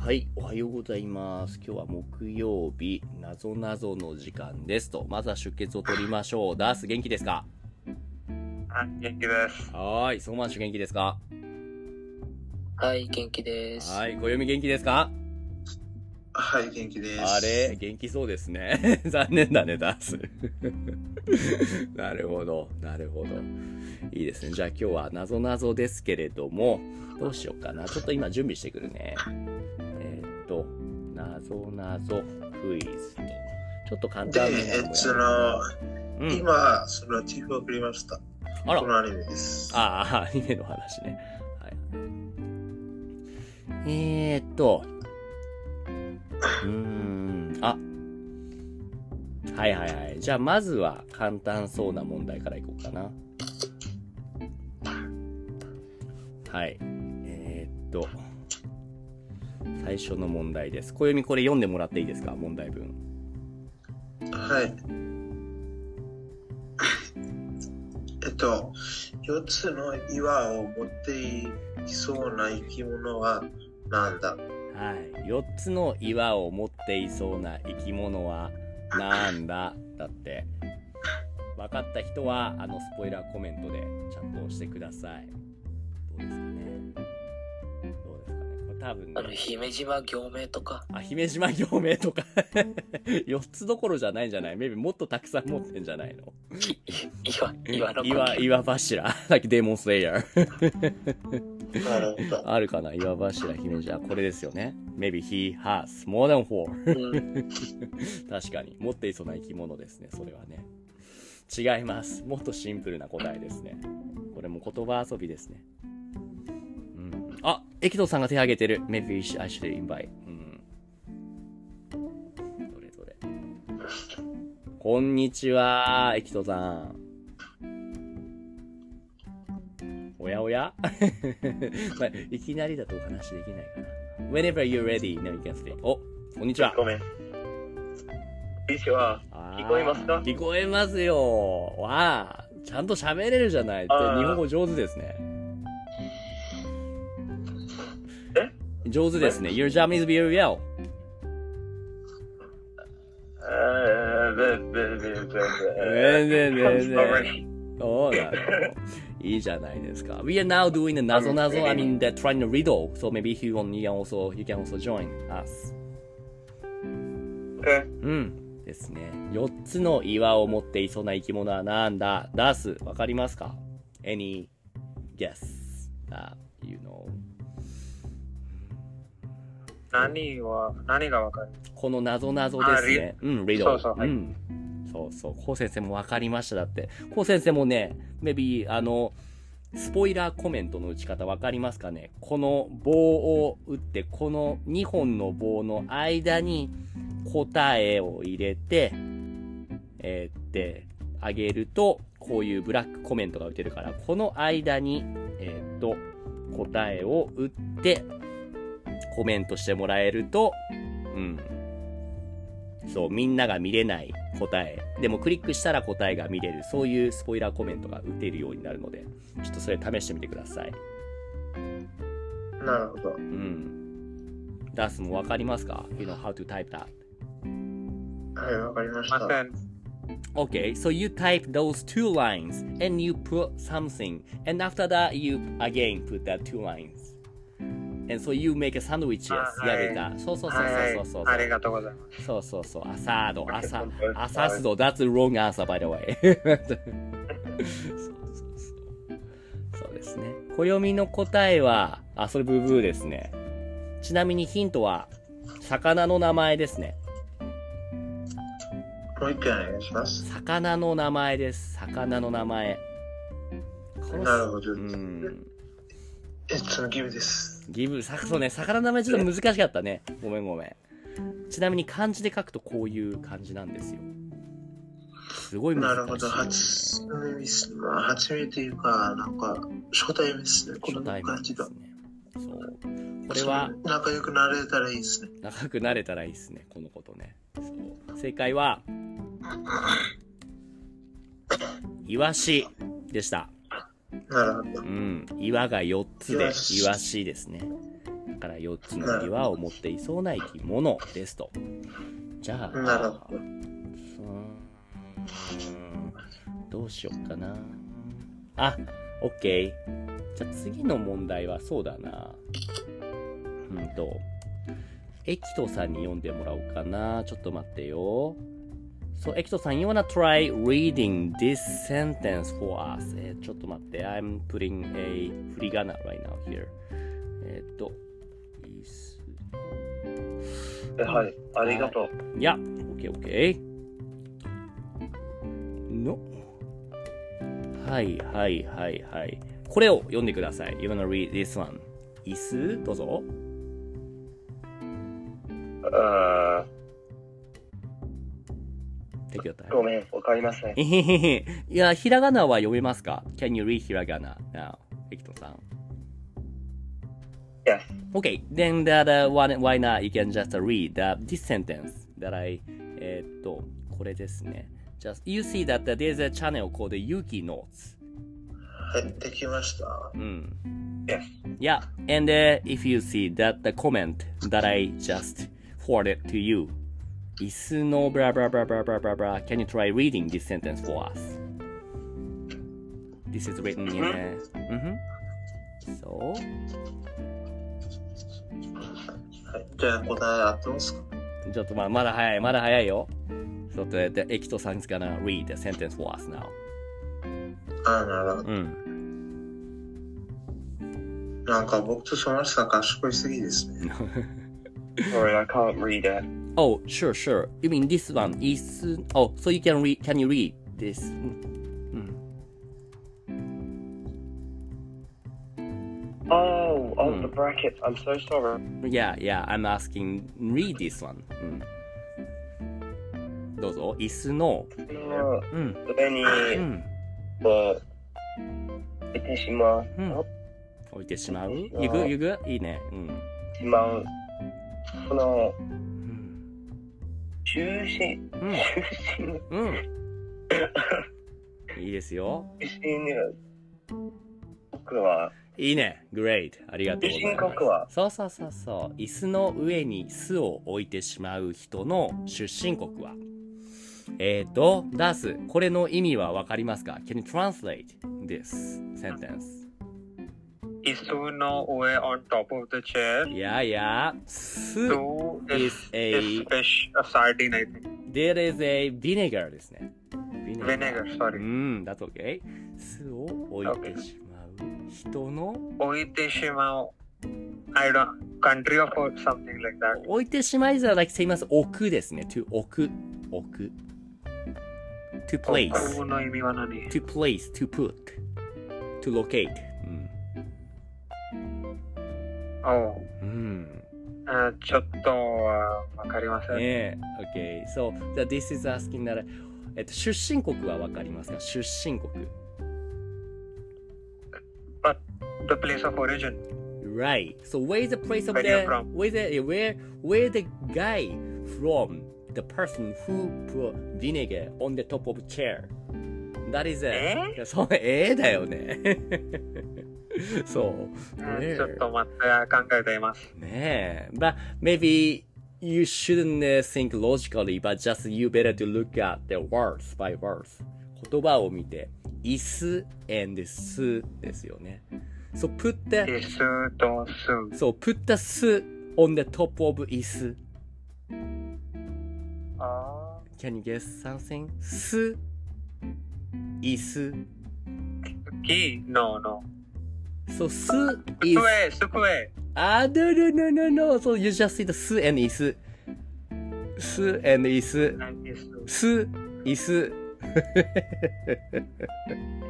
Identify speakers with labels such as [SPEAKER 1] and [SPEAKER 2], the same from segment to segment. [SPEAKER 1] はい、おはようございます。今日は木曜日、なぞなぞの時間ですと。まずは出血を取りましょう。ダース元気ですか
[SPEAKER 2] はい、元気です。
[SPEAKER 1] はーい、ソーマンシュ元気ですか
[SPEAKER 3] はい、元気です。
[SPEAKER 1] はーい、暦元気ですか
[SPEAKER 2] はい、元気です。
[SPEAKER 1] あれ元気そうですね。 残念だね、ダース。 なるほど、なるほど。いいですね。じゃあ今日はなぞなぞですけれども、どうしようかな。ちょっと今準備してくるね。えーっと、なぞなぞクイズと。ちょっと簡
[SPEAKER 2] で
[SPEAKER 1] 単なのもやろう、
[SPEAKER 2] その、
[SPEAKER 1] うん、
[SPEAKER 2] 今、その、チーフを送りました。
[SPEAKER 1] あら
[SPEAKER 2] このアニメです。
[SPEAKER 1] ああ、アニメの話ね。はい。えーっと。うーん。あ。はいはいはい。じゃあ、まずは簡単そうな問題からいこうかな。はい。えーっと。最初の問題です。小読みこれ読んでもらっていいですか問題文。
[SPEAKER 2] はい。えっと、4つの岩を持っていきそうな生き物はなんだ
[SPEAKER 1] はい、4つの岩を持っていそうな生き物はなんだだって分かった人はあのスポイラーコメントでチャットをしてくださいどうですかねどうですかねこれ多分
[SPEAKER 3] あの、
[SPEAKER 1] ね
[SPEAKER 3] 姫島行名とか。
[SPEAKER 1] あ姫島行名とか 4つどころじゃないんじゃないメビもっとたくさん持ってんじゃないの
[SPEAKER 3] 岩、岩の
[SPEAKER 1] 岩岩柱さっきデーモンスレイヤー
[SPEAKER 2] なるほど。
[SPEAKER 1] あるかな岩柱姫島これですよね Maybe he has more than four
[SPEAKER 3] うん、
[SPEAKER 1] 確かに持っていそうな生き物ですねそれはね違いますもっとシンプルな答えですねこれも言葉遊びですね、うん、あエキトさんが手挙げてる Maybe I should invite うんどれどれこんにちはエキトさんおやおや、 まあ、いきなりだとお話できないかな Whenever you're ready, now you can speak おこんにちは
[SPEAKER 4] ごめん。ビシは、聞こえますか
[SPEAKER 1] あー聞こえますよ。わあ、ちゃんと喋れるじゃないって、
[SPEAKER 4] あー
[SPEAKER 1] 日本語上手ですね。
[SPEAKER 4] え
[SPEAKER 1] 上手ですね。Your Japanese very well.
[SPEAKER 4] えー、べ、べ、べ、べ、べ。
[SPEAKER 1] 全然全然。
[SPEAKER 4] Sorry.
[SPEAKER 1] そうなの。いいじゃないですか。We are now doing the 謎謎 I mean, they're trying to riddle. So maybe if you want, you can also, you can also join us.
[SPEAKER 4] Okay.
[SPEAKER 1] うん。ですね。4つの岩を持っていそうな生き物はなんだダース、わかりますか ?Any guess that you know?
[SPEAKER 4] 何は、何がわかる
[SPEAKER 1] この謎謎ですね。うん、リド。
[SPEAKER 4] そうそうはい
[SPEAKER 1] ん。そうそう。こう先生もわかりました。だって。こう先生もね、maybe、あの、スポイラーコメントの打ち方わかりますかねこの棒を打って、この2本の棒の間に答えを入れて、えーって、あげると、こういうブラックコメントが打てるから、この間に、えーっと、答えを打って、コメントしてもらえると、うん。そう、みんなが見れない答え。でもクリックしたら答えが見れる。そういうスポイラーコメントが打てるようになるので、ちょっとそれ試してみてください。
[SPEAKER 2] なるほど
[SPEAKER 1] う。ん。ダースもわかりますか ?You know how to type that.
[SPEAKER 2] はい、わかりまし
[SPEAKER 4] ま
[SPEAKER 2] た。
[SPEAKER 4] せん。
[SPEAKER 1] Okay, so you type those two lines and you put something, and after that, you again put that two lines. And so you make a sandwiches.
[SPEAKER 4] あはい
[SPEAKER 1] やれた。そうそうそう
[SPEAKER 4] はい
[SPEAKER 1] そうそうそう。
[SPEAKER 4] ありがとうございます。
[SPEAKER 1] そうそうそう、アサード、ア サ
[SPEAKER 4] Okay,
[SPEAKER 1] アサスド、that's the wrong answer by the way そうそうそう。そうですね。暦の答えは、あ、それブーブーですね。ちなみにヒントは、魚の名前ですね。
[SPEAKER 2] もう一回お願いします。
[SPEAKER 1] 魚の名前です。魚の名前。この
[SPEAKER 2] なるほど。
[SPEAKER 1] うん。
[SPEAKER 2] え、そのギブです。
[SPEAKER 1] ギブ、さそうね、魚の名前ちょっと難しかったね。ごめんごめん。ちなみに漢字で書くとこういう感じなんですよ。すごい難しい。
[SPEAKER 2] なるほど。初耳です。まあ、初めていうか、なんか、初対面ですね。こ
[SPEAKER 1] 初
[SPEAKER 2] の
[SPEAKER 1] 対面
[SPEAKER 2] 感
[SPEAKER 1] で
[SPEAKER 2] じだ
[SPEAKER 1] す。ね。そう。これは
[SPEAKER 2] そう仲良くなれたらいいですね。
[SPEAKER 1] 長くなれたらいいですね、このことね。そう正解は、イワシでした。
[SPEAKER 2] なるほど。
[SPEAKER 1] うん。岩が4つで
[SPEAKER 2] よし
[SPEAKER 1] イワシですね。なんかから4つの岩を持っていそうな生き物ですと。じゃあ、
[SPEAKER 2] なるほど
[SPEAKER 1] うーんどうしよっかな。あ、OK。じゃあ次の問題はそうだな。うんと、エキトさんに読んでもらおうかな。ちょっと待ってよ。So, エキトさん、you wanna try reading this sentence for us? えーちょっと待って。I'm putting a 振り仮名 right now here. えーっと、いいっす。
[SPEAKER 4] えはい、ありがとう。
[SPEAKER 1] Yeah, okay, okay. No. はいはいはいはい。これを読んでください。You wanna read this one? 椅子どうぞ。
[SPEAKER 4] あ
[SPEAKER 1] 手きよた
[SPEAKER 4] ーごめん、わかりません。
[SPEAKER 1] えへへへ。 いや、ひらがなは読めますか ?Can you read ひらがな now? エキトさん。
[SPEAKER 4] Yes.
[SPEAKER 1] Okay, then that, uh, why, why not you can just read the, this sentence that I, えーっと、これですね。Just, you see that there's a channel called Yuki Notes.
[SPEAKER 2] はい、できました。
[SPEAKER 1] Mm.
[SPEAKER 4] Yes.
[SPEAKER 1] Yeah, and uh, if you see that the comment that I just forwarded to you, is no blah blah blah blah blah blah blah. Can you try reading this sentence for us? This is written in. Uh, mhm. So
[SPEAKER 2] はい、じゃあ答え合ってますか
[SPEAKER 1] ちょっとまあまだ早いまだ早いよ。ちょっとえっとエキトさん is gonna read the sentence for us now.
[SPEAKER 2] ああ、なるほど。
[SPEAKER 1] うん。
[SPEAKER 2] なんか僕とその人は賢いすぎですね。
[SPEAKER 4] Sorry, I can't read it.
[SPEAKER 1] Oh, sure, sure. You mean this one is oh, so you can read? Can you read this?
[SPEAKER 4] Mm.
[SPEAKER 1] うんうん
[SPEAKER 4] Oh, oh,
[SPEAKER 1] Hmm.
[SPEAKER 4] the brackets. I'm so sorry.
[SPEAKER 1] Yeah, yeah, I'm asking, read this one. Mm. うんどうぞ、椅子の。
[SPEAKER 4] No,
[SPEAKER 1] うん。
[SPEAKER 4] 上に、
[SPEAKER 1] うん。
[SPEAKER 4] こう、出てしまう。
[SPEAKER 1] うん置いてしまう
[SPEAKER 4] うん
[SPEAKER 1] ゆぐゆぐいいね。うん
[SPEAKER 4] しまう。この、
[SPEAKER 1] うん。
[SPEAKER 4] 中心、
[SPEAKER 1] うん。
[SPEAKER 4] 中心、
[SPEAKER 1] うん。いいですよ。
[SPEAKER 4] 中心に、僕は、
[SPEAKER 1] いいね。Great. ありがとうござい
[SPEAKER 4] 出身国
[SPEAKER 1] ま
[SPEAKER 4] は
[SPEAKER 1] す。そうそうそうそう。椅子の上に巣を置いてしまう人の出身国はえーと、ダース、これの意味はわかりますか ?Can you translate this sentence?
[SPEAKER 5] 椅子の上 on top of the chair.
[SPEAKER 1] Yeah, yeah. S-
[SPEAKER 5] Two
[SPEAKER 1] is
[SPEAKER 5] is,
[SPEAKER 1] a-
[SPEAKER 5] is fish, a sardine, I think.
[SPEAKER 1] There is a vinegar ですね。
[SPEAKER 5] Vinegar,
[SPEAKER 1] う
[SPEAKER 5] sorry.
[SPEAKER 1] ん、that's okay. 酢を置いてしまう人の、
[SPEAKER 5] Oiteshima. I don't country of or something like that.
[SPEAKER 1] 置いてしまいじゃなくています。置くですね。to 置く。置く。to place.
[SPEAKER 5] 僕の意味は何
[SPEAKER 1] to place, to put. to locate.
[SPEAKER 5] おう
[SPEAKER 1] うん。うん。
[SPEAKER 5] あちょっとあわかりません。
[SPEAKER 1] ねえ。okay. So, that this is asking that, eh, えっと、出身国はわかりますか出身国。
[SPEAKER 5] The place of origin.
[SPEAKER 1] Right. So where is the place of
[SPEAKER 5] Where
[SPEAKER 1] the
[SPEAKER 5] you're from.
[SPEAKER 1] where the where where the guy from the person who put vinegar on the top of chair? That is
[SPEAKER 5] Eh?
[SPEAKER 1] a そうえーだよね。 そう。
[SPEAKER 5] うん
[SPEAKER 1] Where?
[SPEAKER 5] ちょっと待って考えています。
[SPEAKER 1] Man, but maybe you shouldn't uh, think logically, but just you better to look at the words by words. 言葉を見て、椅子 and すですよね。So put the
[SPEAKER 5] 椅子とす。
[SPEAKER 1] So put the s on the top of 椅子。
[SPEAKER 5] あ
[SPEAKER 1] Can you guess something? す、椅子。
[SPEAKER 5] 木 No, no.
[SPEAKER 1] So す is
[SPEAKER 5] 机、机。
[SPEAKER 1] あ、no no no no no. So you just see the す and 椅子。す and 椅子。
[SPEAKER 5] 何椅子
[SPEAKER 1] す、椅子。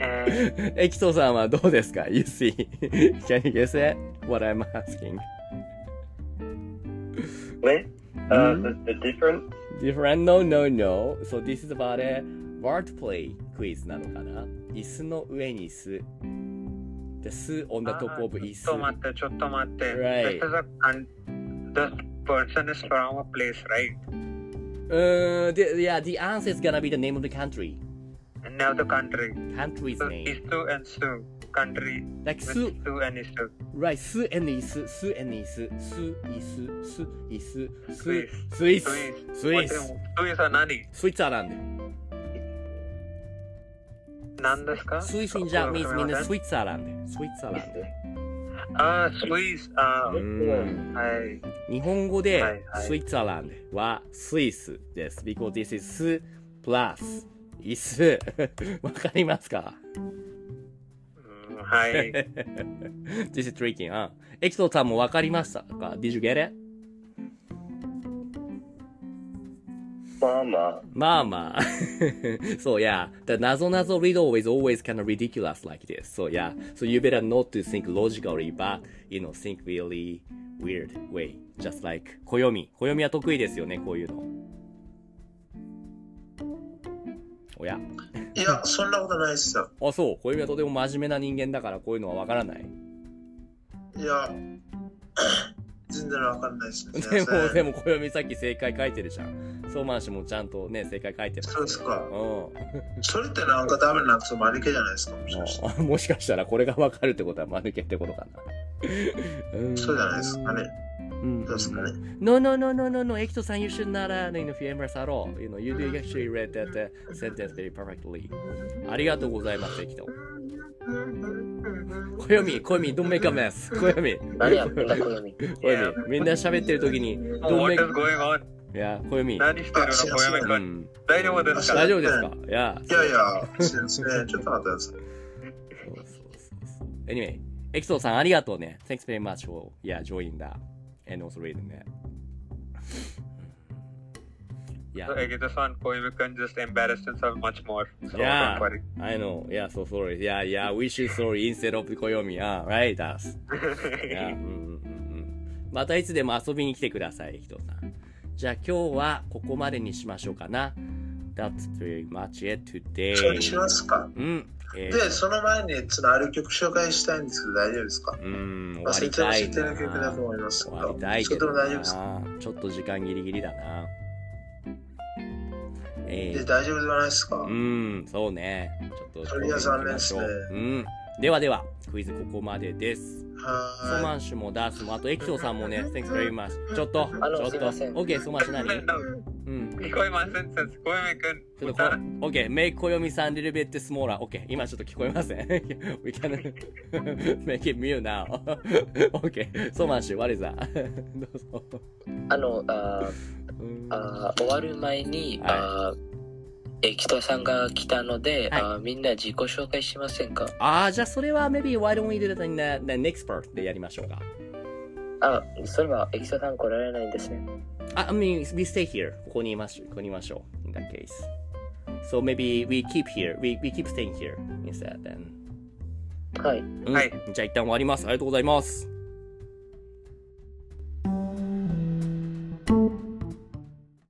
[SPEAKER 5] えー
[SPEAKER 1] エキトさんはどうですか ?You see. Can you guess it? What I'm asking.
[SPEAKER 4] Wait, uh,
[SPEAKER 1] Hmm?
[SPEAKER 4] the, the difference?
[SPEAKER 1] Different? No, no, no. So this is about a word play quiz なのかな椅子の上に椅子。The す on the top of 椅
[SPEAKER 5] ちょっと待
[SPEAKER 1] 子。
[SPEAKER 5] って、ちょっと待って。
[SPEAKER 1] Right.
[SPEAKER 5] This is a con- this person is from a place, right?
[SPEAKER 1] うーん、で、yeah, the answer is gonna be the name of the country.
[SPEAKER 5] And now the country.
[SPEAKER 1] Country's
[SPEAKER 5] So
[SPEAKER 1] name.
[SPEAKER 5] Isu and Su. country
[SPEAKER 1] Like
[SPEAKER 5] with
[SPEAKER 1] su,
[SPEAKER 5] Su and Isu.
[SPEAKER 1] right, su and is, su and is, su is, su is, su
[SPEAKER 5] Swiss.
[SPEAKER 1] Swiss,
[SPEAKER 5] Swiss.
[SPEAKER 1] Swiss,
[SPEAKER 5] Swiss are nani?
[SPEAKER 1] スイーツアランド。
[SPEAKER 5] Nan desu ka?
[SPEAKER 1] スイス in Japanese means
[SPEAKER 5] ス
[SPEAKER 1] Switzerland ス
[SPEAKER 5] イ
[SPEAKER 1] イーツアランド。
[SPEAKER 5] あー、スイス。あ
[SPEAKER 1] う
[SPEAKER 5] ー、
[SPEAKER 1] ん
[SPEAKER 5] はい。
[SPEAKER 1] 日本語
[SPEAKER 5] はい
[SPEAKER 1] で
[SPEAKER 5] はい
[SPEAKER 1] スイーツアランドはスイスです。because this is ス plus イス。 わかりますか
[SPEAKER 5] うん はい。
[SPEAKER 1] ?This is tricky. うんエキトさんもわかりましたか ?Did you get it?
[SPEAKER 4] まあまあ。
[SPEAKER 1] まあまあ。so yeah, the 謎謎 riddle is always kind of ridiculous like this. So yeah, so you better not to think logically, but you know, think really weird way. Just like 暦。暦は得意ですよね、こういうの。おや。
[SPEAKER 2] いや、そんなことないっすよ。
[SPEAKER 1] あ、そう。暦はとても真面目な人間だから、こういうのはわからない。
[SPEAKER 2] いや、 全然わかんないっすね。
[SPEAKER 1] でも、で
[SPEAKER 2] も。
[SPEAKER 1] も暦さっき正解書いてるじゃん。相馬氏もちゃんとね、正解書いてます
[SPEAKER 2] そうですか。
[SPEAKER 1] うん。
[SPEAKER 2] それってなんかダメなくてもありけじゃないですか、もしかし て。
[SPEAKER 1] あもしかしたらこれが分かるってことは間抜けってことかな。ん
[SPEAKER 2] そうじゃないですかね。。
[SPEAKER 1] うん
[SPEAKER 2] どうですかね。
[SPEAKER 1] No, no, no, no, no, no. エキトさん、you should not, uh, you know, famous at all. You know, you did actually read that uh, sentence very perfectly. ありがとうございます、エキト。小読み、小読み、don't make a mess. 小読み。
[SPEAKER 3] 何やった小読み。
[SPEAKER 1] 小読み。みんな喋ってる時に、don't make...
[SPEAKER 5] What is going on?
[SPEAKER 1] いや、小読み。
[SPEAKER 5] 何してるの、小山
[SPEAKER 1] う
[SPEAKER 5] 君。
[SPEAKER 1] ん、
[SPEAKER 5] 大丈夫ですか
[SPEAKER 1] 大丈夫ですかいや。
[SPEAKER 2] いやいや、先生、ちょっと待ってください。
[SPEAKER 1] そうそうそうそう。Anyway, エキソーさんありがとうね。Thanks very much for, yeah, joining that. And also reading that. Yeah,
[SPEAKER 5] So, Aegis and Koivu can just embarrass himself much more. So,
[SPEAKER 1] Yeah.
[SPEAKER 5] don't worry.
[SPEAKER 1] I know. Yeah, so sorry. Yeah, yeah, we should sorry instead of Koyomi. Ah, right, us. Yeah. うんうんうんうんまたいつでも遊びに来てください、エキトーさん。じゃあ今日はここまでにしましょうかな。That's very much it
[SPEAKER 2] そうし
[SPEAKER 1] today.
[SPEAKER 2] ますか。
[SPEAKER 1] うん。えー
[SPEAKER 2] で、その前に、そのある曲紹介したいんですけど、大丈夫ですか
[SPEAKER 1] うん、終
[SPEAKER 2] まあ、
[SPEAKER 1] わり
[SPEAKER 2] 先生も
[SPEAKER 1] た
[SPEAKER 2] 知っ
[SPEAKER 1] い
[SPEAKER 2] てる曲だ
[SPEAKER 1] な
[SPEAKER 2] と。思いますけ
[SPEAKER 1] 終わ
[SPEAKER 2] ど
[SPEAKER 1] りたい、
[SPEAKER 2] そ
[SPEAKER 1] け
[SPEAKER 2] れで
[SPEAKER 1] ど
[SPEAKER 2] も大丈夫ですか
[SPEAKER 1] なちょっと時間ギリギリだなえ
[SPEAKER 2] で
[SPEAKER 1] ー、
[SPEAKER 2] 大丈夫じゃないですか
[SPEAKER 1] うんそうねちょっと
[SPEAKER 2] それは残念ですね
[SPEAKER 1] うんではではクイズここまでですソ
[SPEAKER 2] は
[SPEAKER 1] マンシュもダースもあとエキソーさんもね Thanks very much ちょっと
[SPEAKER 3] あの
[SPEAKER 1] ちょっ
[SPEAKER 3] すい
[SPEAKER 1] と
[SPEAKER 3] ません
[SPEAKER 1] OK ソマンシュ何
[SPEAKER 5] No,
[SPEAKER 1] うん
[SPEAKER 5] 聞こえません、先生。小山君。
[SPEAKER 1] ちょっとこ OK メイク暦さん little bit smaller OK 今ちょっと聞こえません We can make it mute now OK ソマンシュ What is that? どうぞ
[SPEAKER 3] あの、あ
[SPEAKER 1] うん
[SPEAKER 3] ーあー終わる前に、
[SPEAKER 1] はい
[SPEAKER 3] あーえー北さんが来たので、
[SPEAKER 1] はい
[SPEAKER 3] あーみんな自己紹介しませんか
[SPEAKER 1] ああ、じゃあそれは maybe why don't we do that in the, the next part でやりましょうか。
[SPEAKER 3] あ、それはエキソさん来られないんですね。
[SPEAKER 1] あ、I mean, we stay here. ここにいましょう。ここにいましょう。In that case. So maybe we keep here. We, we keep staying here instead then.
[SPEAKER 3] はい。
[SPEAKER 1] うん
[SPEAKER 5] はい。
[SPEAKER 1] じゃあ一旦終わります。ありがとうございます。